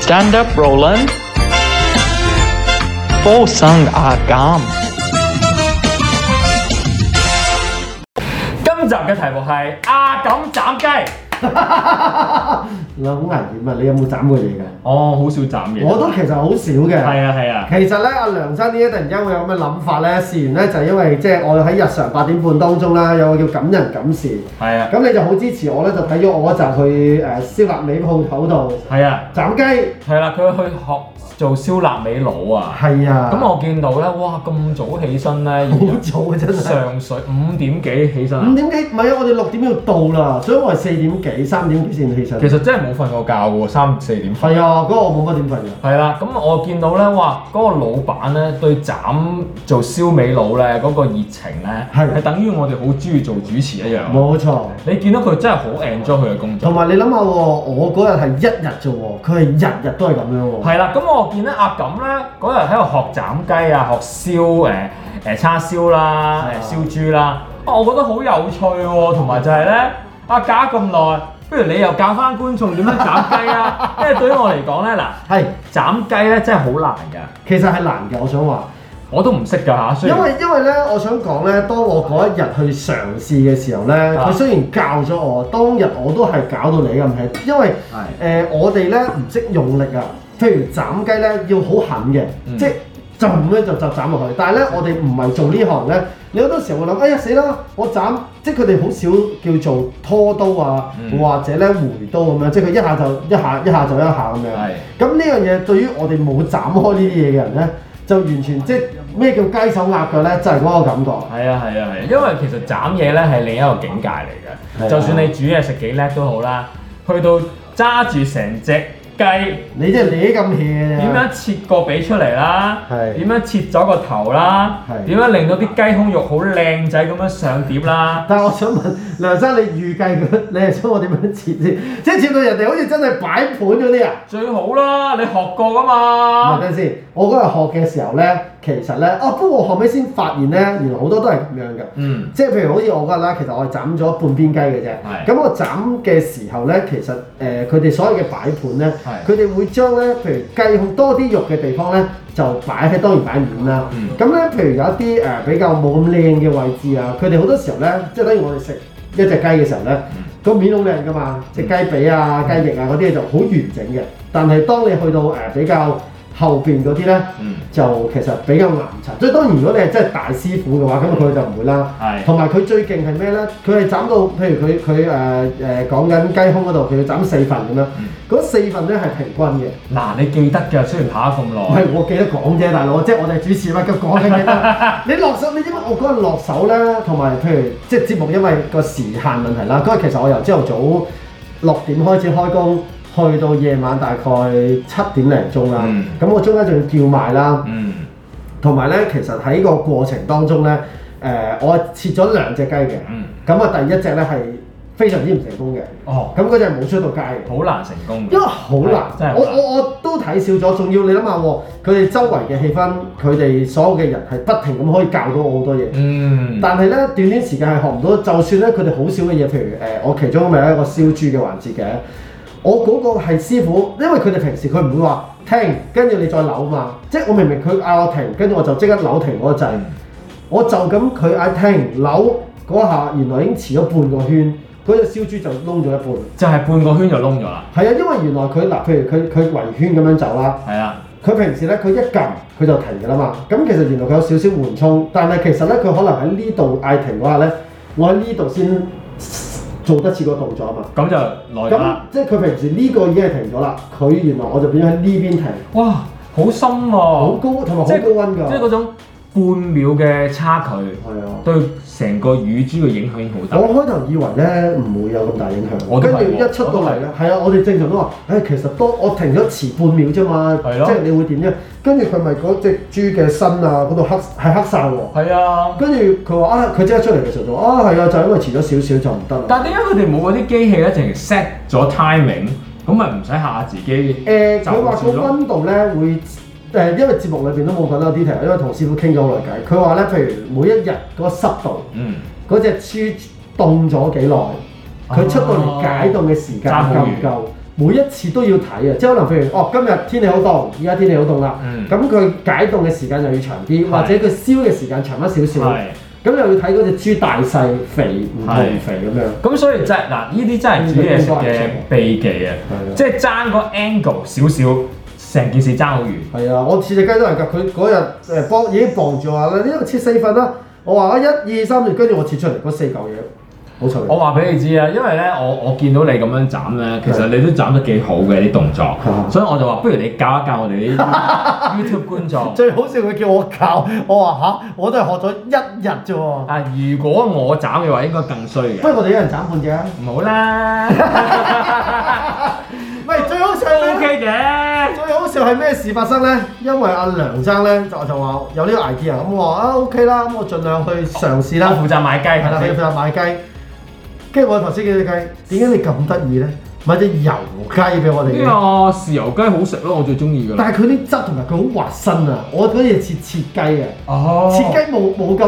Stand up, Roland. Phô sân A Cảm. 今集嘅題目係阿錦斬雞。你好危險啊！你有冇斬過嘢㗎？哦，好少斬嘢。我都其實好少嘅。係啊係啊。其實咧，阿梁生點解突然間會有咁嘅諗法咧？事緣咧就係因為即係我喺日常八點半當中啦，有個叫感人感事，係啊。咁你就好支持我咧，就睇咗我嗰集去誒、呃、燒臘味鋪頭度係啊。斬雞。係啦，佢去學做燒臘味佬啊。係啊，咁我見到咧，哇！咁早起身咧，好早啊，真係。上水五點幾起身啊五。點幾唔係啊，我哋六點要到啦，所以我係四點幾、三點幾先起身其。實真係冇瞓過覺嘅喎，三四點瞓。係啊，嗰、個我冇乜點瞓㗎。係啦，咁我見到咧，哇！嗰、個老闆咧對斬做燒味佬咧嗰個熱情咧，係係等於我哋好中意做主持一樣。冇錯。你見到佢真係好 enjoy 佢嘅工作同。埋你諗下喎，我嗰日係一日啫喎，佢係日日都係咁樣喎。係啦，咁我見咧阿錦咧嗰日喺度學斬雞啊，學燒誒誒、叉燒啦，係啊誒燒豬啦，啊我覺得好有趣喎、同埋就係咧啊搞咗咁耐，不如你又教翻觀眾點樣斬雞 啊？因為對於我嚟講咧嗱，係，斬雞咧真係好難㗎，其實係難嘅，我想話，我都唔識㗎嚇，雖因然為因為咧，我想講咧，當我嗰一日去嘗試嘅時候咧，啊佢雖然教咗我，當日我都係搞到你咁起，因為誒、呃我哋咧唔識用力啊，譬如斬雞咧要好狠嘅，嗯即係就咁樣就就斬落去。但係咧，我哋唔係做呢行咧，你好多時候會諗，哎呀死啦，我斬，即係佢哋好少叫做拖刀啊，嗯或者咧回刀咁樣，即係佢一下就一下一下就一下咁樣。係咁呢樣嘢對於我哋冇斬開呢啲嘢嘅人咧，就完全即係咩叫雞手鴨腳咧，就係嗰個感覺。係啊係啊係啊，因為其實斬嘢咧係另一個境界嚟嘅，係啊就算你煮嘢食幾叻都好啦，去到揸住成隻雞。你即係你咁 hea 嘅啫。點樣切個髀出嚟啦？係點樣切咗個頭啦？係點樣令到啲雞胸肉好靚仔咁樣上碟啦？但係我想問梁生，你預計佢你係想我點樣切先？即係切到人哋好似真係擺盤嗰啲啊？最好啦，你學過噶唔係嘛？等陣先，我嗰日學嘅時候咧，其實咧，哦、不過我後尾先發現咧，原來好多都係咁樣嘅。嗯，即係譬如好似我嗰日啦，其實我係斬咗半邊雞嘅啫。係咁我斬嘅時候咧，其實誒佢哋所有嘅擺盤咧，係佢哋會將咧譬如雞胸多啲肉嘅地方咧，就擺喺當然擺面啦嗯。咁咧、譬如有一啲誒、比較冇咁靚嘅位置啊，佢哋好多時候咧，即係等於我哋食一隻雞嘅時候咧，嗯個面好靚噶嘛，隻雞髀啊、雞翼啊嗰啲嘢就好完整嘅。但係當你去到誒、比較後邊嗰啲咧，嗯就其實比較難查。所以當然如果你係真係大師傅嘅話，咁佢就唔會啦。係同埋佢最勁係咩咧？佢係斬到，譬如佢佢誒誒講緊雞胸嗰度，佢要斬四份咁樣嗯，嗰、四份咧係平均嘅。嗱，你記得㗎，雖然跑咗咁唔耐係，我記得講啫，大佬，即係我哋主持乜咁講緊 記得。你落手，你知唔知我嗰日落手咧？同埋譬如即係節目，因為個時限問題啦。嗰日其實我由朝頭早六點開始開工，去到夜晚大概七點零鐘啦嗯。咁、我中間仲要叫賣啦。嗯，同埋咧，其實喺個過程當中咧，誒、我切咗兩隻雞嘅嗯，咁啊、第一隻咧係非常之唔成功嘅，哦，咁嗰隻冇出到街嘅，好難成功因為㗎。好係真係難，好我難我我都睇少咗，仲要你諗下喎，佢哋周圍嘅氣氛，佢哋所有嘅人係不停咁可以教到我好多嘢。嗯，但係咧，短短時間係學唔到，就算咧佢哋好少嘅嘢，譬如誒、我其中咪有一個燒豬嘅環節嘅，我嗰個係師傅，因為佢哋平時佢唔會話停，跟住你再扭嘛，即係我明明佢嗌我停，跟住我就即刻扭停嗰個掣，我就咁佢嗌停扭嗰下，原來已經遲咗半個圈，嗰隻燒豬就窿咗一半。就係半個圈就窿咗啦。係啊，因為原來佢嗱，譬如佢佢圍圈咁樣走啦。係啦，佢平時咧，佢一撳佢就停㗎啦嘛。咁其實原來佢有少少緩衝，但係其實咧，佢可能喺呢度嗌停嗰下咧，我喺呢度先做得切個動作啊嘛。咁就耐咗咁啦。即係佢平時呢個已經係停咗啦，佢原來我就變咗喺呢邊停，哇，好深喎、好高同埋好哦即係高温㗎。即係嗰種半秒嘅差距，係啊。對成個乳豬嘅影響已經好大。我開頭以為咧唔會有咁大影我響，都跟係住喎一出到嚟咧，係啊，我哋正常都話，誒、其實多我停咗遲半秒啫嘛，係咯即係你會點啫？跟住佢咪嗰隻豬嘅身啊，嗰度黑係黑晒喎。係啊。跟住佢話啊，佢即刻出嚟嘅時候就話啊，係啊，就因為遲咗少少就唔得啦。但係點解佢哋冇嗰啲機器咧，淨係 set 咗 timing，咁咪唔使嚇自己誒，佢話就住個咯。温度咧會誒，因為節目裏邊都冇講到 detail，因為同師傅傾咗好耐偈。佢話咧，譬如每一日嗰個濕度，嗯，嗰啊只豬凍咗幾耐，佢出到嚟解凍嘅時間爭好夠唔遠夠？每一次都要睇啊，即係可能譬如哦，今日天氣好凍，而家天氣好凍啦嗯，咁佢、解凍嘅時間又要長啲，或者佢燒嘅時間長一少少，係咁又要睇嗰隻豬大細肥唔同係肥咁樣。咁所以真係嗱，呢啲真係煮嘢食嘅秘技啊係啊，即係爭個 angle 少少，成件事爭好遠。係啊，我切只雞都係㗎，佢嗰日誒幫已經幫住我話啦，呢度切四份啦，我話啊一二三，跟住我切出嚟嗰四嚿嘢，好臭我嘅。話俾你知啊，因為咧，我我見到你咁樣斬咧，其實你都斬得幾好嘅啲動作，係所以我就話不如你教一教我 哋啲 YouTube 觀眾。最好笑佢叫我教，我話吓，我都係學咗一日啫喎。啊，如果我斬嘅話，應該更衰不嘅。如我哋一人斬半隻啊！唔好 啦喂，最好笑係咩？ ，OK 嘅。最好笑係咩事發生咧？因為阿梁生咧就就話有呢個 idea，咁我話啊 OK 啦，咁我盡量去嘗試啦我。負責買雞，係啦，係你負責買雞。跟住我頭先叫隻雞，點解你咁得意咧？買隻油雞俾我哋呢嘅個。豉油雞好食咯，我最中意㗎啦。但係佢啲質同埋佢好滑身啊！我嗰啲係切切雞啊，哦切雞冇冇咁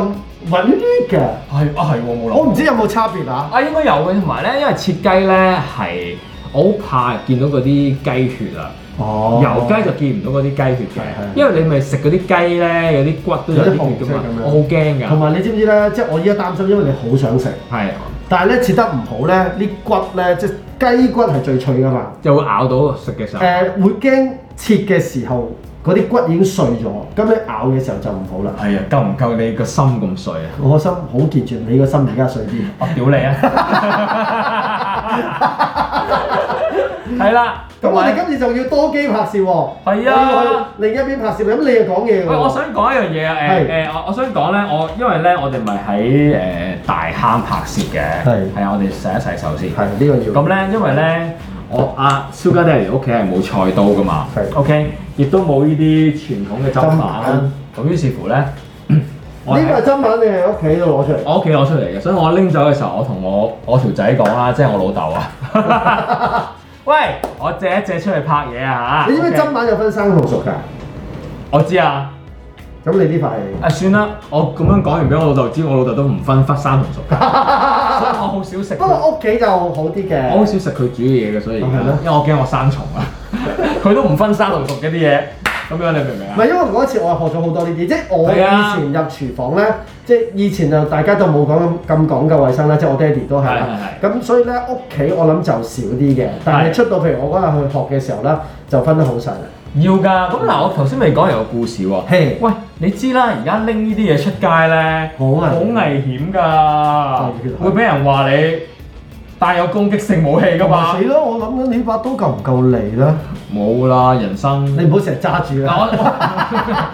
穩啲㗎。係啊，係喎，冇諗過。我唔知有冇差別啊！啊，應該有嘅，同埋咧，因為切雞咧係我好怕見到嗰啲雞血啊，哦油雞就見唔到嗰啲雞血嘅，係係因為你咪食嗰啲雞咧，有啲骨都有啲血有啲紅噶色嘛咁樣，我好驚同㗎，埋你知唔知咧？即係我依家擔心，因為你好想食，係但係咧切得唔好咧，啲骨咧即係雞骨係最脆㗎嘛。就會咬到食嘅時誒、候，會驚切嘅時候嗰啲骨已經碎咗，咁你咬嘅時候就唔好啦。係啊，夠唔夠你個心咁碎啊？我個心好健全，你個心而家碎啲。我屌你 啊！係啦，咁同我哋埋今次就要多機拍攝喎。係啊我要去另一邊拍攝，咁你又講嘢喎。喂，我想講一樣嘢啊！誒哦誒，係我我想講咧，我因為咧，我哋咪喺誒大坑拍攝嘅，係係啊，我哋洗一洗手先。係呢個要。咁咧，因為咧，我阿蘇家爹哋屋企係冇菜刀噶嘛係，OK，亦都冇呢啲傳統嘅砧砧板板啦。咁於是乎咧，我呢個喺砧板你喺屋企度攞出嚟，我屋企攞出嚟嘅，所以我拎走嘅時候，我同我我條仔講啦，即係我老豆 啊， 喂，我借一借出去拍嘢啊嚇！你知唔知 OK？砧板有分生同熟㗎？我知啊，咁你呢塊係啊算啦，我咁樣講完俾我老豆知，我老豆都唔分忽生同 熟㗎，所以我好少食佢。不過屋企就好啲嘅。我好少食佢煮嘅嘢嘅，所以而家係咩因為我驚我生蟲 啊，佢都唔分生同熟嘅啲嘢，咁樣你明唔明唔啊？係因為嗰次我係學咗好多呢啲，即係我以係啊前入廚房咧，即係以前就大家都冇講咁咁講究衞生啦，即係我爹哋都係啦。咁所以咧屋企我諗就少啲嘅，但係係出到譬如我嗰日去學嘅時候咧，就分得好細啦。要㗎，咁嗱，我頭先咪講完個故事喎。嘿喂，你知啦，而家拎呢啲嘢出街咧，好啊危好險危險㗎，會俾人話你帶有攻擊性武器㗎嘛死。咯！我諗緊你把刀夠唔夠利啦？冇啦，人生。你唔好成日揸住嗱啊啦，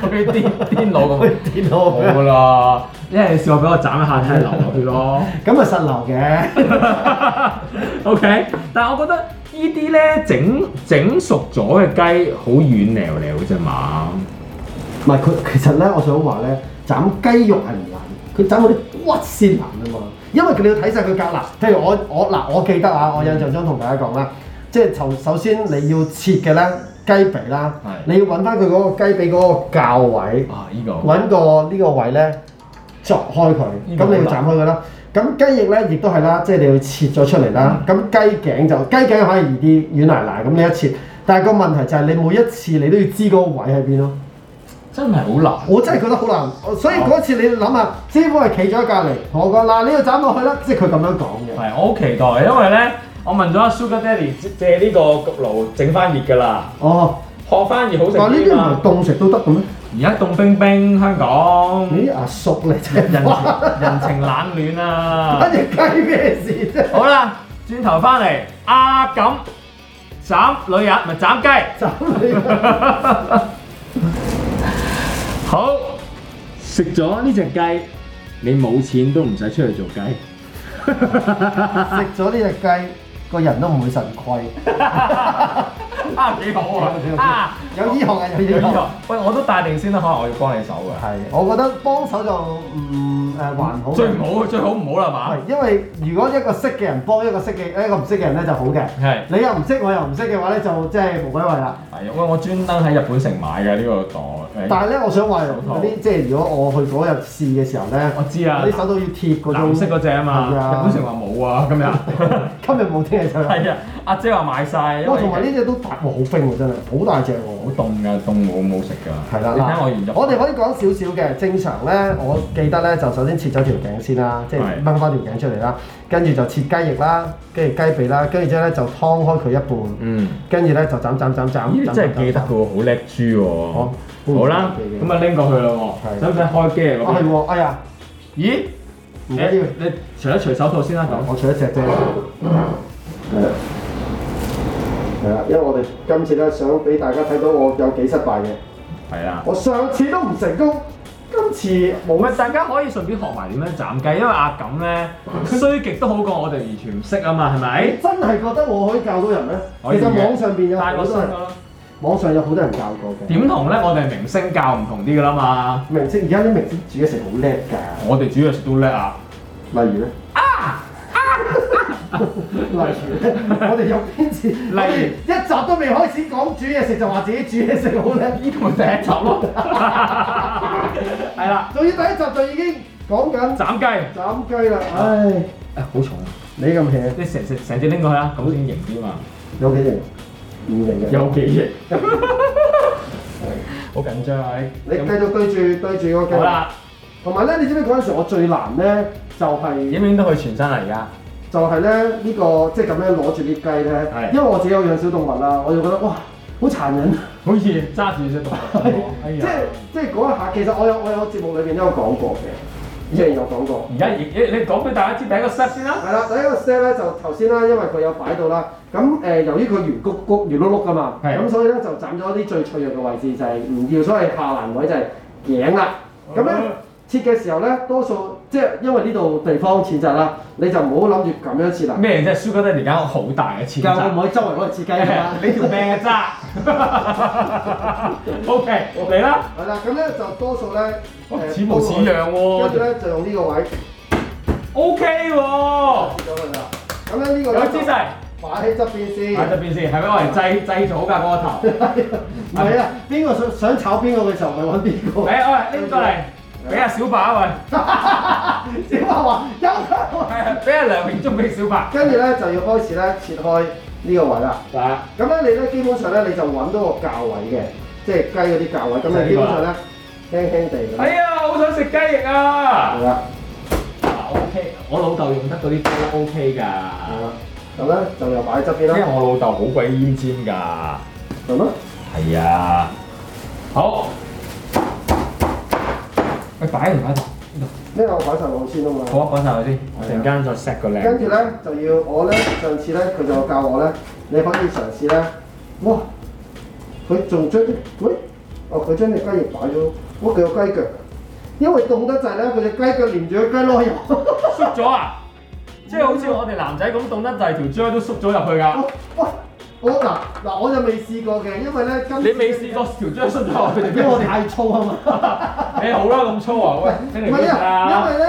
我我 佢癲癲佬咁。電腦冇啦，一係試過俾我斬一下，睇係流落去咯。 咁啊實流嘅。 OK，但係我覺得呢啲咧整整熟咗嘅雞好軟撩撩啫嘛，唔係佢，其實咧，我想話咧，斬雞肉係唔難，佢斬嗰啲骨先難啊嘛。因為佢你要睇晒佢夾啦。譬如我我嗱，我記得啊，我印象中同大家講啦，即係首首先你要切嘅咧雞髀啦，係你要揾翻佢嗰個雞髀嗰個較位，啊呢、個揾個呢個位咧鑿開呢佢，個咁你要好難斬開佢啦。咁雞翼咧亦都係啦，即係你要切咗出嚟啦。嗯咁雞頸就雞頸可以易啲軟奶奶咁你一切，但係個問題就係你每一次你都要知嗰個位喺邊咯。真係好難。我真係覺得好難，所以哦嗰次你諗下，師傅係企咗喺隔離，同我講嗱，呢度斬落去啦，即係佢咁樣講嘅。係，我好期待，因為咧，我問咗阿 Sugar Daddy 借呢個焗爐整翻熱㗎啦，哦，學翻熱好食但係呢啲啲啊唔係嘛。凍食都得嘅咩？而家凍冰冰，香港你啲阿叔嚟人情真係，人情冷暖啊 關！只雞咩事啫？好啦，轉頭翻嚟，阿錦斬女人咪斬雞。 斬你個！好，食咗呢只雞，你冇錢都唔使出去做雞。食咗呢只雞，個人都唔會腎虧。 啊，幾好啊！ 啊，有醫學啊，有醫有呢學。個，喂，我都帶定先啦，可能我要幫你手㗎。係，我覺得幫手就唔誒、誒還好嘅。最唔好啊最好唔好啦嘛係，。因為如果一個識嘅人幫一個識嘅一個唔識嘅人咧就好嘅。係你又唔識，我又唔識嘅話咧，就即係無鬼謂啦。係啊，喂，我專登喺日本城買嘅呢個袋。但係咧，我想話嗰啲即係如果我去嗰日試嘅時候咧，我知啊啲手都要貼嗰種藍色嗰只啊嘛，係日啊本城話冇啊，今日今日冇聽日就係啊，阿姐話買晒，因哇，為同埋呢只都大，哇好冰喎真係，好大隻好喎。凍㗎，凍冇冇食㗎。係啦，你睇我原嗱，我哋可以講少少嘅。正常咧，我記得咧就首先切咗條頸先啦，即係係掹翻條頸出嚟啦，跟住就切雞翼啦，跟住雞髀啦，跟住之後咧就劏開佢一半，嗯，跟住咧就斬斬斬斬。咦斬真係記得佢斬斬喎，好叻豬哦好喎。好啦，咁啊拎過去啦喎，係使唔使開機啊？啊嗰係邊喎，哎呀，咦？唔緊要誒你除一除手套先啦，咁。我除一隻啫。係啊係啦，因為我哋今次咧想俾大家睇到我有幾失敗嘅，係啊啦。我上次都唔成功，今次唔冇乜係，大家可以順便學埋點樣斬雞，因為阿錦咧 衰極都好過我哋完全唔識啊嘛，係咪？真係覺得我可以教到人咩？可以其實嘅網上邊有但係好我信咗多人，啦。網上有好多人教過嘅。點同咧？我哋明星教唔同啲噶啦嘛。明星而家啲明星煮嘢食好叻㗎，我哋煮嘢食都叻啊！例如咧。 例如咧，我哋有邊次？例如一集都未開始講煮嘢食，就話自己煮嘢食好叻。呢個咪第一集咯， 係啦，仲要第一集就已經講緊斬雞，斬雞啦，啊唉，誒好重啊！你咁 hea 你成成成隻拎過去啦，咁先型啲嘛。有幾型？唔型嘅。有幾型？ 好緊張啊！你繼續對住對住嗰個好鏡。啦，同埋咧，你知唔知嗰陣時我最難咧，就係、影唔影到佢全身啊？而家就係咧呢個即係咁樣攞住啲雞咧係，因為我自己有養小動物啦，我就覺得哇好殘忍，好似揸住隻動物，哎即係呀！即係嗰一下，其實我有我有節目裏邊都有講過嘅，以前有講過。而家亦你你講俾大家知第一個 step 先啦。係啦，第一個 step 咧就頭先啦，因為佢有擺到啦。咁誒、由於佢圓谷谷圓碌碌噶嘛，係咁所以咧就斬咗啲最脆弱嘅位置，就係、唔要所謂下欄位就係頸啦。咁咧嗯切嘅時候咧，多數即係因為呢度地方淺窄啦，你就唔好諗住咁樣切啦。咩啫？Sugar Daddy 而家好大嘅錢教我唔可以周圍攞嚟切雞㗎 ？嘛你條命嘅 渣。OK，嚟啦！係啦，咁咧就多數咧哇誒似模似樣喎跟住咧就用呢個位 OK 喎，切咗佢啦。咁啊咧呢有個咧姿勢。就擺喺側邊先。喺側邊先，係咪我嚟製製造㗎嗰個頭？唔係啊，邊個想想炒邊個嘅時候咪揾邊個。誒，喂，拎過嚟，俾阿小白啊小白話有喂，係啊俾阿梁榮忠俾小白。跟住咧就要開始咧切開呢個位啦。嗱，咁咧你咧基本上咧你就揾到個較位嘅，即係雞嗰啲較位。咁你基本上咧輕輕地咁。哎呀，好想食雞翼啊係！啦，嗱，OK，我老豆用得嗰啲都 OK 㗎，係啦。咁咧就又擺喺側邊因為啦。我老豆好鬼奄尖㗎。咁啦，係啊，好。喂，擺唔擺頭？呢呢個我擺晒落去先啊度嘛。好啊，擺晒佢先，我陣間再 set 個靚。跟住咧就要我咧上次咧佢就教我咧，你可以嘗試咧，哇！佢仲將啲喂，哦佢將只雞翼擺咗，哇佢有雞腳，因為凍得滯咧，佢只雞腳連住個雞攞 入。縮咗啊！即係好似我哋男仔咁凍得滯，條 j 都縮咗入去㗎。喂，我嗱哦嗱我就未試過嘅，因為咧今你未試過條 j 縮咗入去？因為我太粗啊 嘛。你好啦，咁粗啊！喂，唔你嚟係邊啊，因啊？為咧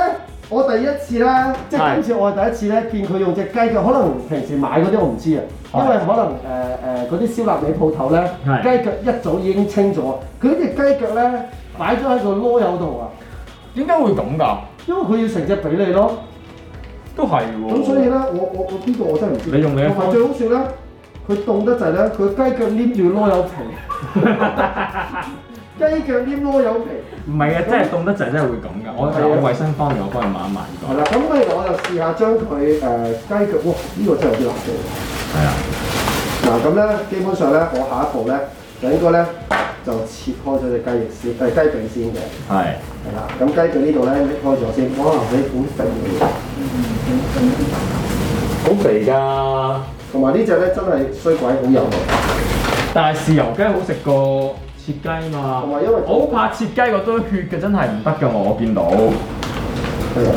我第一次咧，即係係今次我係第一次咧見佢用隻雞腳，可能平時買嗰啲我唔知啊。係因為可能誒誒呃嗰啲燒臘味鋪頭咧，係雞腳一早已經清咗，佢隻雞腳咧擺咗喺個籮柚度啊，點解會咁㗎？因為佢要成隻俾你咯。都係喎。咁所以咧，我我我呢個我真係唔知。哦你用你嘅同埋方最好笑咧，佢凍得滯咧，佢雞腳黏住個籮 柚皮，雞腳黏籮柚皮。唔係啊，真係凍得滯，真係會咁㗎。我係啊我衞生方面，我幫你抹一抹呢個係。啦，咁不如我就試下將佢誒雞腳，哇！呢、個真係有啲難做。係啊，嗱咁咧，基本上咧，我下一步咧就應該咧就切開咗只雞翼先，誒、雞髀先嘅，係。係啦。咁雞髀呢度咧搣開咗先，可能你好肥嘅，好肥㗎。同埋呢只咧真係衰鬼好油喎。但係豉油雞好食過切雞嘛，同埋因為我好怕切雞嗰堆血嘅真係唔得㗎我，我見到係啊，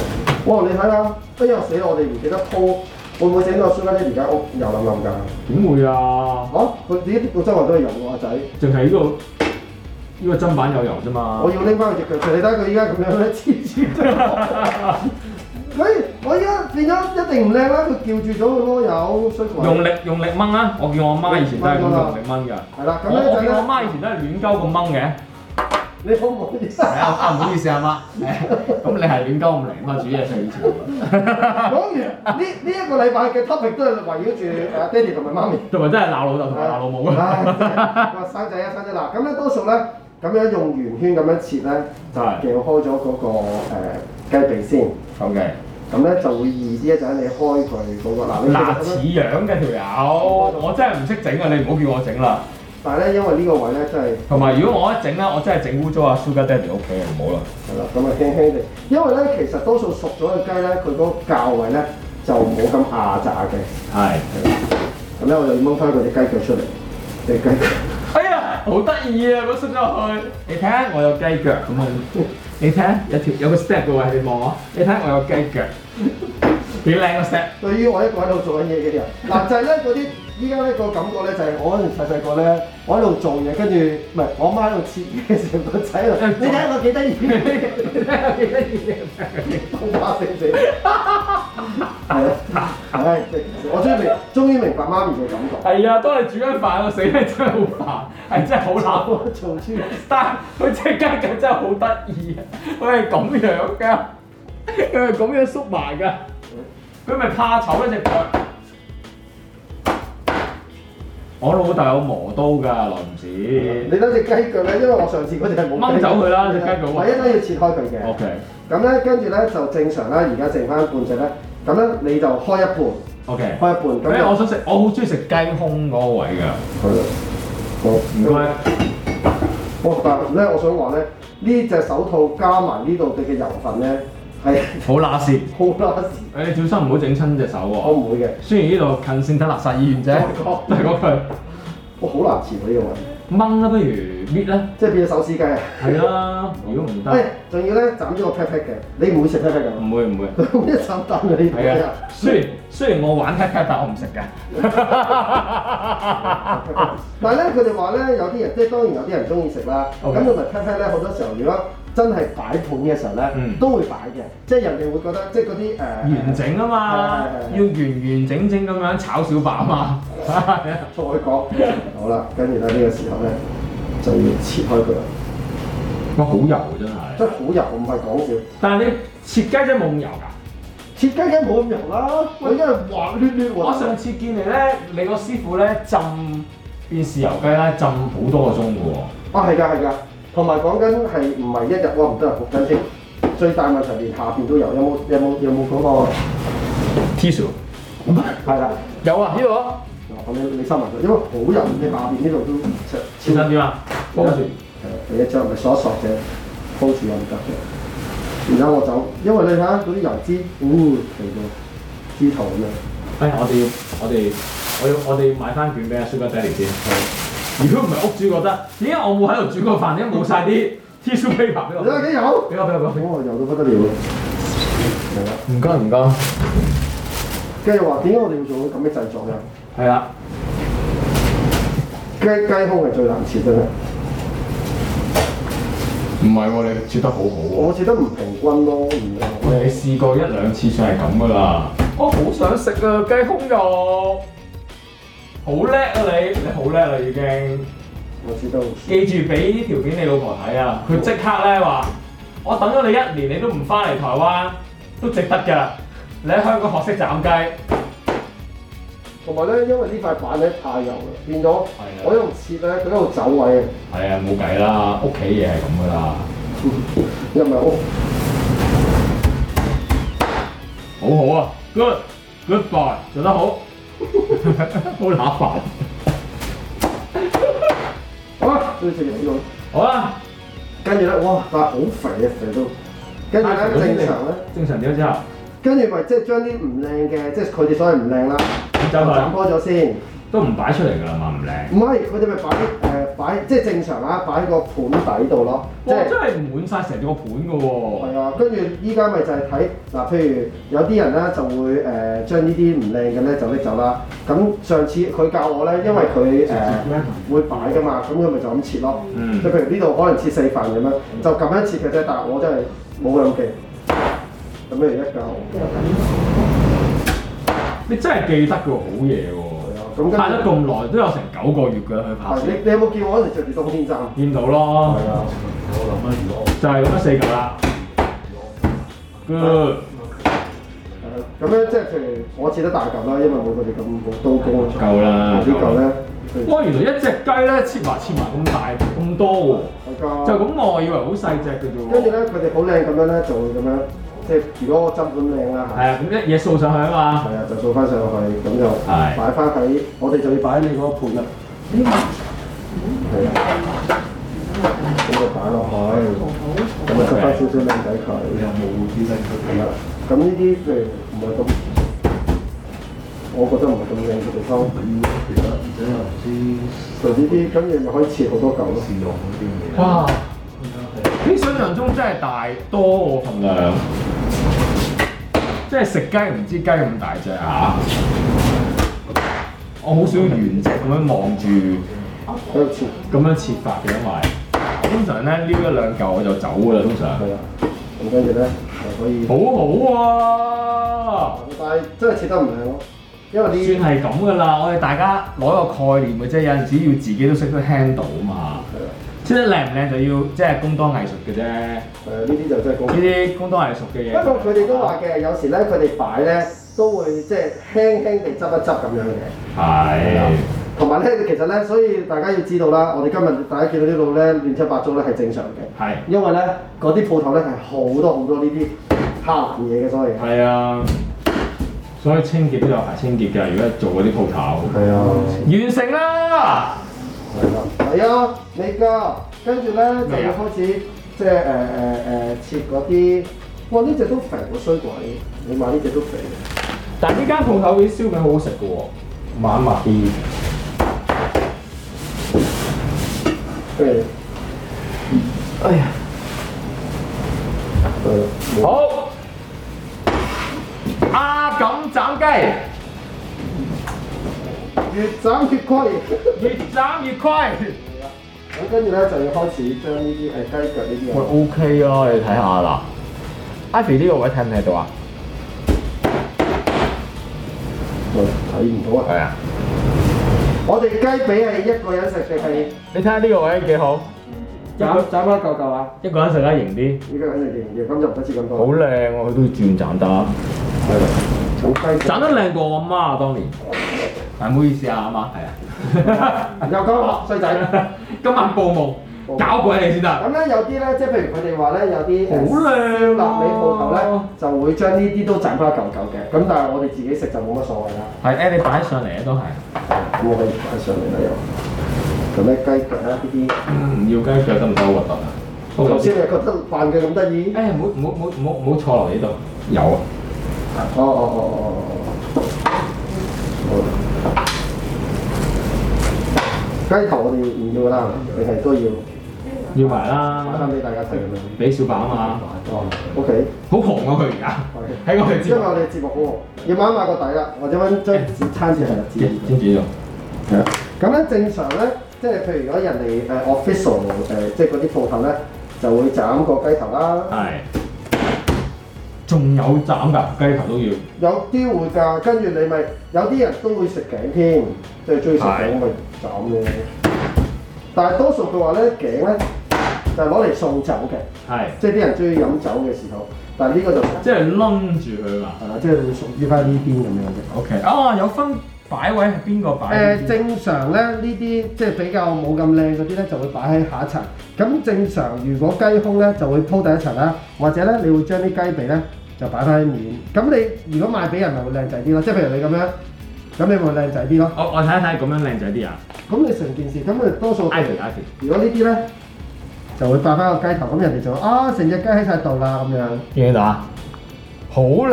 哇！你睇下，哎呀死啦！我哋唔記得鋪，會唔會整到個 sugar 咧？而家屋又冧冧㗎。點會啊？嚇、佢呢啲個周圍都係油喎，阿仔。淨係呢度呢個砧板有油啫嘛我。要拎翻佢只腳出嚟，你睇佢依家咁樣咧，黐線咗。佢我依家變咗一定唔靚啦，佢叫住咗個囉柚，所以佢話用力用力掹啊！我叫我媽以前都係咁用力掹㗎。係啦。咁我咧我就見我咧，媽以前都係亂鳩咁掹嘅。你可唔可以？係啊，啊唔好意思啊 媽，誒咁你係亂鳩咁嚟啊嘛煮嘢食以前。講完呢呢一個禮拜嘅 topic 都係圍繞住阿爹哋同埋媽咪。同埋真係鬧老豆同埋鬧老母啊！唉真係哇生仔啊生仔嗱，咁咧多數咧咁樣用圓圈咁樣切咧，就係撬開咗嗰個誒雞髀先， OK，咁咧就會易啲一陣你開佢嗰個嗱，你其實嗱，咁似樣樣嘅條友，我真係唔識整啊！你唔好叫我整啦。但係咧因為呢個位咧真係。同埋如果我一整咧，我真係整污糟啊 Sugar Daddy 屋企啊，唔好啦。係啦，咁啊輕輕地，因為咧其實多數熟咗嘅雞咧，佢嗰個教位咧就冇咁壓榨嘅，係。係啦。咁咧我就要掹翻佢隻雞腳出嚟，隻雞腳。哎呀，好得意啊！咁伸咗落去，你睇下我有雞腳咁啊！你睇下有條有個 step 嘅位，你望我，你睇下我有雞腳，幾靚個 step。 對於我一個喺度做緊嘢嘅人， 嗱就係咧嗰啲依家咧個感覺咧就係我嗰陣細細個咧，我喺度做嘢，跟住唔係我媽喺度切嘢嘅時候，個仔喺 度，你睇下我幾得意，幾得意啊都打死死。係啊，唉，我終於明，終於明白媽咪嘅感覺。係啊，當你煮緊飯，我死係真係好煩，係真係好 我鬧。做豬。但係佢只雞腳真係好得意啊！佢係咁樣㗎，佢係咁樣縮埋㗎，佢咪怕醜一隻腳。我老豆有磨刀㗎，耐唔時。你睇只雞腳咧，因為我上次嗰只係冇掹走佢啦隻雞腳哦我一都要切開佢嘅。 O K 咁咧，跟住咧就正常啦。而家剩翻半隻咧，咁咧你就開一半， O K。開一半。咁咩？就我想食，我好中意食雞胸嗰個位㗎。係啦好，唔唔該。哇！但係咧，我想話咧，呢隻手套加埋呢度嘅油份咧，係 好乸事，好拉屎。誒你小心唔好整親隻手我喎。唔會嘅，雖然呢度近聖德肋撒醫院啫，都係嗰句我好難切到呢個位，掹啦，不如搣啦，即係變咗手撕雞啊！係啦。如果唔誒得，，仲要咧斬咗個 pat pat 嘅，你唔會食 pat pat 㗎嘛？唔會唔會。一手擔嘅呢度嗯係啊！，啊雖然雖然我玩 pat pat，但我唔食㗎。啊但係咧，佢哋話咧，有啲人即係當然有啲人中意食啦。 OK 咁同埋 pat pat 咧，好多時候如果真係擺盤嘅時候咧，嗯都會擺嘅，即係人哋會覺得即係嗰啲誒完整啊嘛，係係係要完完整整咁樣炒小白啊嘛。再講 好啦，跟住咧呢個時候咧就要切開佢啦，哇，好油啊真係。真係好油，唔係講笑。但係你切雞真係冇咁油㗎。切雞梗係冇咁油啦，我而家係滑捋捋我喎。上次見你咧，你個師傅咧浸變豉油雞咧，浸好多個鐘嘅喎。啊係㗎係㗎，同埋講緊係唔係一日哇唔得啊，焗緊添。最大問題連下邊都有，有冇有冇有冇 嗰、個 Tissue 係啦？有啊，呢度啊。嗱，咁你你收埋佢，因為好油，你下邊呢度都呃切先生點啊？幫住。係啊第一張咪索一索嘅，煲住又唔得嘅。然後我走，因為你睇下嗰啲油脂，嗯，嚟到枝頭咁樣。哎，我哋要我哋我要我哋買翻卷俾阿 Sugar Daddy 先。如果唔係屋主覺得，點解我冇喺度煮過飯，點解冇晒 啲 tissue paper 俾你睇我？下幾油？俾我俾我俾我。我油到不得了。係啦，唔該唔該。跟住話點解我哋要做咁嘅製作咧？係啦，雞雞胸係最難切嘅，唔係喎，你切得好好喎。我切得唔平均咯，唔我哋試過一兩次算係咁噶啦。我好想食啊雞胸肉。好叻啊你，你好叻啦已經。我切得好。記住俾呢條片你老婆睇啊！佢即刻咧話：我等咗你一年，你都唔翻嚟台灣，都值得㗎。你喺香港學識斬雞，同埋咧，因為呢塊板咧太油啦，變咗啊我一路切咧，佢一路走位啊，係啊，冇計啦，屋企嘢係咁噶啦。又唔係我。好好啊，good goodbye，做得 好，好乸煩。好啦，最食完呢好啦，跟住咧，哇！但係好肥啊，肥到跟住咧正常咧，正常點之後，跟住咪即係將啲唔靚嘅，即係佢哋所謂唔靚啦，剪走斬佢，開咗先，都唔擺出嚟㗎啦嘛，唔靚。唔係佢哋咪擺誒擺即係正常啦，擺喺個盤底度咯，即哇！係真係滿晒成個盤㗎喎。係啊。跟住依家咪就係睇嗱，譬如有啲人咧就會誒、將呢啲唔靚嘅咧就拎走啦。咁上次佢教我咧，因為佢誒、會擺噶嘛，咁佢咪就咁切咯。嗯即係譬如呢度可能切四份咁樣，就咁樣切嘅啫。但係我真係冇勇氣，咁樣一嚿。你真係記得㗎喎，好嘢啊喎。咁跟住拍咗咁耐，都有成九個月㗎啦，去拍係攝你你有冇見我嗰時着住冬天衫？見到咯，係啊，就係咁樣四嚿啦。Good，咁樣即係譬如我切得大嚿啦，因為冇佢哋咁好刀工啦。夠啦呢嚿咧，哇！原來一隻雞咧切埋切埋咁大咁多係喎，㗎就咁我以為好細隻嘅啫跟喎。住咧，佢哋好靚咁樣咧，就會咁樣，即係如果我針咁靚啦，係啊，咁一嘢掃上去啊嘛。係啊，就掃翻上去，咁就係擺翻喺，我哋就要擺喺你嗰個盤啦。係啊，咁就擺落去，咁啊執翻少少靚仔佢。你又冇啲靚仔佢啦。咁呢啲譬如唔係咁，我覺得唔係咁靚嘅地方。啊就呢啲，跟住咪可以切好多嚿咯。哇！比想象中真係大多喎份量，即係食雞唔知雞咁大隻啊！我好少原隻咁樣望住喺度切，咁樣切法嘅，因為通常咧撩一兩嚿我就走噶啦，通常。係啦。咁跟住咧就可以。好好啊！但係真係切得唔靚咯，因為算啲係咁噶啦，我哋大家攞個概念嘅啫，有陣時要自己都識得 handle 啊嘛。即係靚唔靚就要即係工多藝術嘅啫，呢誒呢啲就真係高級。啲工多藝術嘅嘢。不過佢哋都話嘅，有時咧佢哋擺咧都會即係輕輕地執一執咁樣嘅。係同埋咧，其實咧，所以大家要知道啦，我哋今日大家見到呢度咧亂七八糟咧係正常嘅，係因為咧嗰啲鋪頭咧係好多好多呢啲蝦爛嘢嘅，所以係啊，所以清潔都有排清潔㗎。如果做嗰啲鋪頭，係啊，完成啦！係啊，係啊，你㗎，跟住咧就咩要啊開始即係誒誒誒切嗰啲，哇呢只都肥喎衰鬼，你買呢只都肥嘅。但係呢間鋪頭啲燒餅好好食嘅喎。晚麻啲，對，哎呀，誒，冇好，阿錦斬雞，越斬越虧。越斬越虧。咁跟住咧就要開始將呢啲誒雞腳呢啲喂嘢， ，OK 啊，你睇下啦。Ivy 呢個位睇唔睇到啊？喂睇唔到啊！係啊，我哋雞髀係一個人食定係你睇下呢個位幾好，斬斬翻嚿嚿啊！一個人食得型啲，一個人食定唔掂？咁就唔得切咁好多。靚喎，佢都要轉斬得。係啦，咁雞斬得靚過我媽啊，當年。係唔好意思 啊，阿媽，係 啊。又講啦衰仔。 今晚報夢，搞鬼你先得。咁咧有啲咧，即係譬如佢哋話咧，有啲誒好靚臘味鋪頭咧啊，就會將呢啲都斬翻嚿嚿嘅。咁但係我哋自己食就冇乜所謂啦。係 a 你擺上嚟啊，都係。咁我可以擺上嚟啦又。咁咧雞腳啦呢啲，唔嗯要雞腳得唔得好核突啊？頭先你覺得扮嘅咁得意？誒唔好唔好唔好唔好唔好坐落呢度。有啊。哦哦哦哦哦哦。雞頭我哋唔要啦，定係都要要埋啦擺，翻俾大家睇咁樣。俾小白啊嘛，哦，OK，好紅啊佢而家喺我哋因節為目我哋節目好喎，要買一買個底啦，或者揾張紙餐紙係啦，紙。天主用係啊，咁咧正常咧，即係譬如如果人哋誒 official 誒，即係嗰啲鋪頭咧，就會斬個雞頭啦。係，仲有斬㗎，雞頭都要有啲會㗎，跟住你咪有啲人都會食頸添，即係中意食係頸咪斬嘅。但係多數佢話咧頸咧就係攞嚟送酒嘅，係，即係啲人中意飲酒嘅時候。但係呢個就即係攆住佢啊嘛。係啦，即係會屬於翻呢邊咁樣嘅。 OK，啊有分擺位係邊個誒、擺邊？正常咧，呢啲即係比較冇咁靚嗰啲咧，就會擺喺下一層。咁正常，如果雞胸咧，就會鋪第一層啦，或者咧，你會將啲雞髀咧就擺翻喺面。咁你如果賣俾人，咪會靚仔啲咯。即係譬如你咁樣，咁你咪會靚仔啲咯。我我睇一睇咁樣靚仔啲啊咁你成件事，咁你多數，Ivy Ivy，如果呢啲咧，就會擺翻個雞頭，咁人哋就話啊，成隻雞喺晒度啦咁樣。見唔見到啊？好靚喎，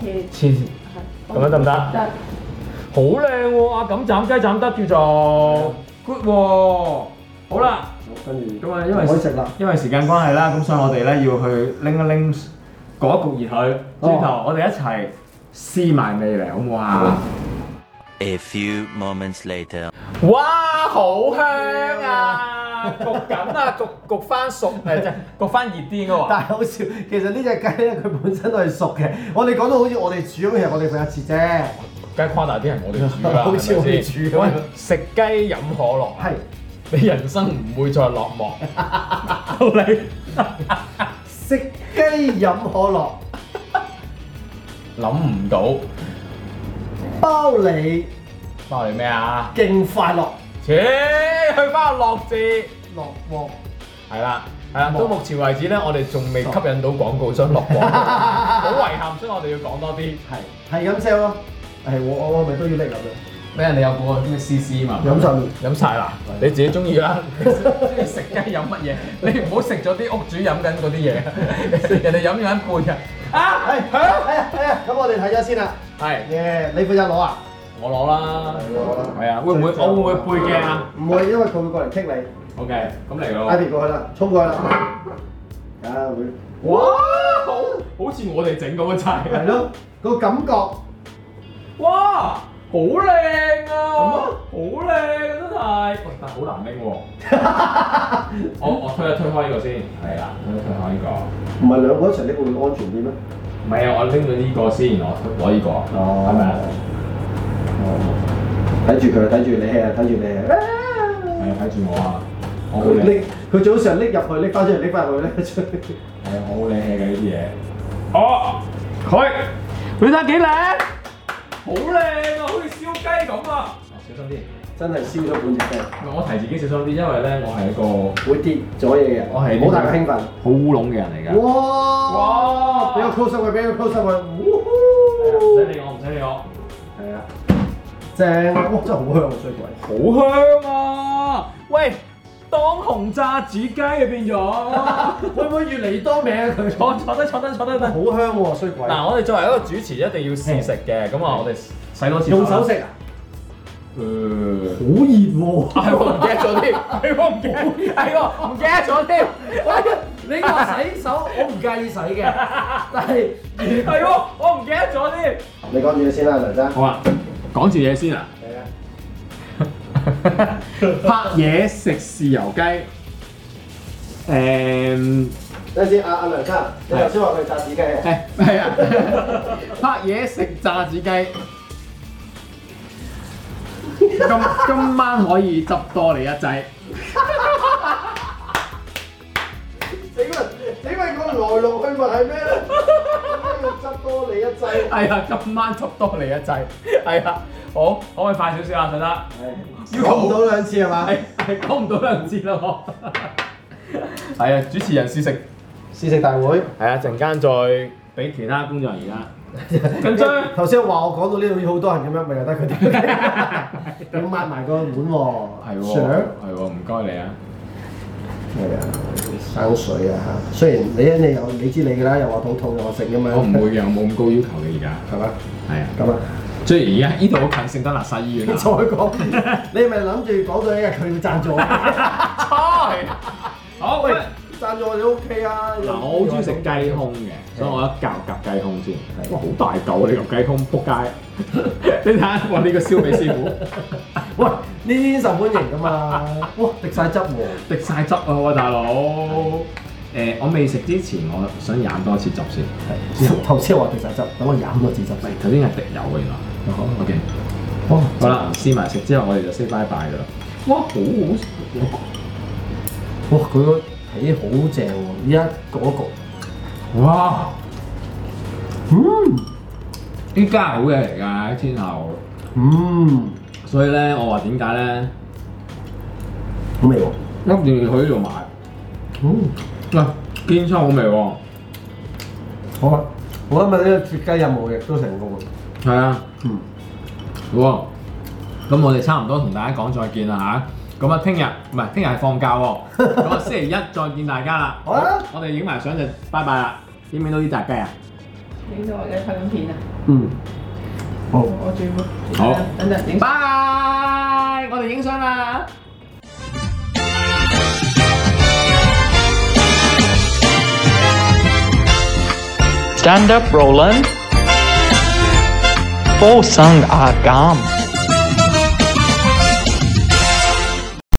切啊切咁樣得唔得？得好靚喎！阿錦斬雞斬得叫做 good 喎。好啦，跟住咁啊，因為可以食啦。因為時間關係啦，咁所以我哋咧要去拎一拎嗰一局熱佢，轉頭我哋一齊試埋味嚟，好唔好啊？ A few moments later. 哇，好香啊！焗緊啊，焗焗翻熟誒，即係焗翻熱啲應該 話。但係好笑，其實呢只雞咧，佢本身都係熟嘅。我哋講到好似我哋煮咁，其實我哋佢一次啫。梗係誇大啲人，我哋煮啦， 好似係我咪哋先煮咁樣喂，食雞飲可樂，啊係你人生唔會再落 寞。到你食雞飲可樂，諗唔到，包你包你咩啊？勁快樂，切，去翻個樂字。落鑊。係啦，係啦，到目前為止咧，我哋仲未吸引到廣告商落廣 告，好遺憾，所以我哋要講多啲。係係咁 sell 咯。係我我我係咪都要拎咁樣？俾人哋有個咩 CC 嘛，飲曬飲晒啦，你自己中意啊啦，中意食雞飲乜嘢？你唔好食咗啲屋主飲緊嗰啲 嘢，人哋飲咗一半嘅。啊，係係啊係啊係啊！咁我哋睇咗先啦。係耶！你負責攞啊？我攞啦，我攞啦係啊，會唔會我會唔會背鏡啊唔會，因為佢會過嚟棘你。 ？OK，咁嚟咯。 Ivy 過去啦，衝過去啦。啊會哇，好好似我哋整咁嘅係齊。咯，個感覺哇，好靚啊！好靚啊，真係。喂，但係好難拎喎。 我我推一推開呢個先，係啦，推一推開呢個。唔係兩個一齊拎會安全啲咩？唔係啊，我拎咗呢個先，我攞呢個，哦係咪啊？Ờ. 哦，睇住佢，睇住你啊，睇住你啊。係啊，睇住我啊，我好佢靚。拎佢早上拎入去，拎翻出嚟，拎翻入去，拎翻出嚟。係啊，我好靚嘅呢啲嘢。哦，佢，佢睇幾靚？好靚啊，好似燒雞咁啊！小心啲，真係燒咗半隻雞，我提自己小心啲，因為咧我係一個會跌咗嘢嘅。我係呢好個大嘅興奮。好烏龍嘅人嚟㗎。哇！哇！俾個 close up 佢，俾個 close up 佢。唔使呼呼理我，唔使理我。係啊，正哇！真係好香啊，衰鬼。好香啊！喂，當紅炸子雞啊變 咗。會唔會越嚟越多名啊佢？坐坐低，坐低，坐低，坐低。好香喎，衰鬼。嗱，我哋作為一個主持，一定要試食嘅。咁啊，我哋洗多次。用手食。啊？誒。好熱喎！係喎，唔記得咗添，係喎，唔記得，係喎，唔記得咗添，你話洗手，我唔介意洗嘅，但係係喎，我唔記得咗添。你講住先啦，梁生。好啊，講住嘢先啊。係啊。拍嘢食豉油雞，誒等陣先，阿阿梁生，你頭先話佢炸子雞啊？誒係啊，拍嘢食炸子雞。今今晚可以執多你一劑。請問請問個來龍去脈係咩 咧？點解要執多你一劑？係啊，今晚執多你一劑。係啊，好，可唔可以快少少啊，順德？要講唔到兩次係嘛？係係講唔到兩字啦，我係啊，主持人試食，試食大會。係啊，陣間再俾其他工作人員啦。緊張 頭先話我講到呢度好多人咁樣，咪由得佢 哋。要抹埋個碗喎。Sir 係喎，唔該你啊。係啊，生水啊嚇！雖然你一你又你知你㗎啦，又話肚痛又話食咁樣。我唔會嘅，我冇咁高要求嘅而家。 係嘛？係啊，咁啊，雖然而家呢度好近聖德肋撒醫院 再啊。講， 你係咪諗住講到一日佢要贊助我？錯，好喂。 贊助我哋 OK 啊！嗱，我好中意食雞胸嘅，所以我一嚿夾雞胸先。哇，好大嚿啊！呢嚿雞胸，仆街！ 你睇下，我呢個燒味師傅。喂，呢啲受歡迎㗎 嘛？哇，滴晒汁喎！滴晒汁啊！喂，大佬，誒、我未食之前，我想飲多次汁先。頭先話滴晒汁，等我飲個紙汁先。頭先係滴哦油啊嘅原來。O K，哇！好啦，試埋食之後，我哋就 say bye bye 噶啦。哇，好好食哇，佢個皮好正喎！依家焗一焗，哇，嗯呢家好嘢嚟㗎喺天后，嗯，所以咧，我話點解咧，好味喎！一定要去呢度買。嗯，喂、堅秋好味喎，好啊！我今日呢個脱雞任務亦都成功喎。係啊。嗯，好喎，咁我哋差唔多同大家講再見啦吓，咁啊，聽日唔係聽日係放假喎，咁啊星期一再見大家啦。好啊我哋影埋相就拜拜啦。影唔影到呢扎雞啊？影到我而家睇緊片啊！嗯，好我轉咯。好等陣影。拜，我哋影相啦。 Stand up, Roland. Bo sung agam.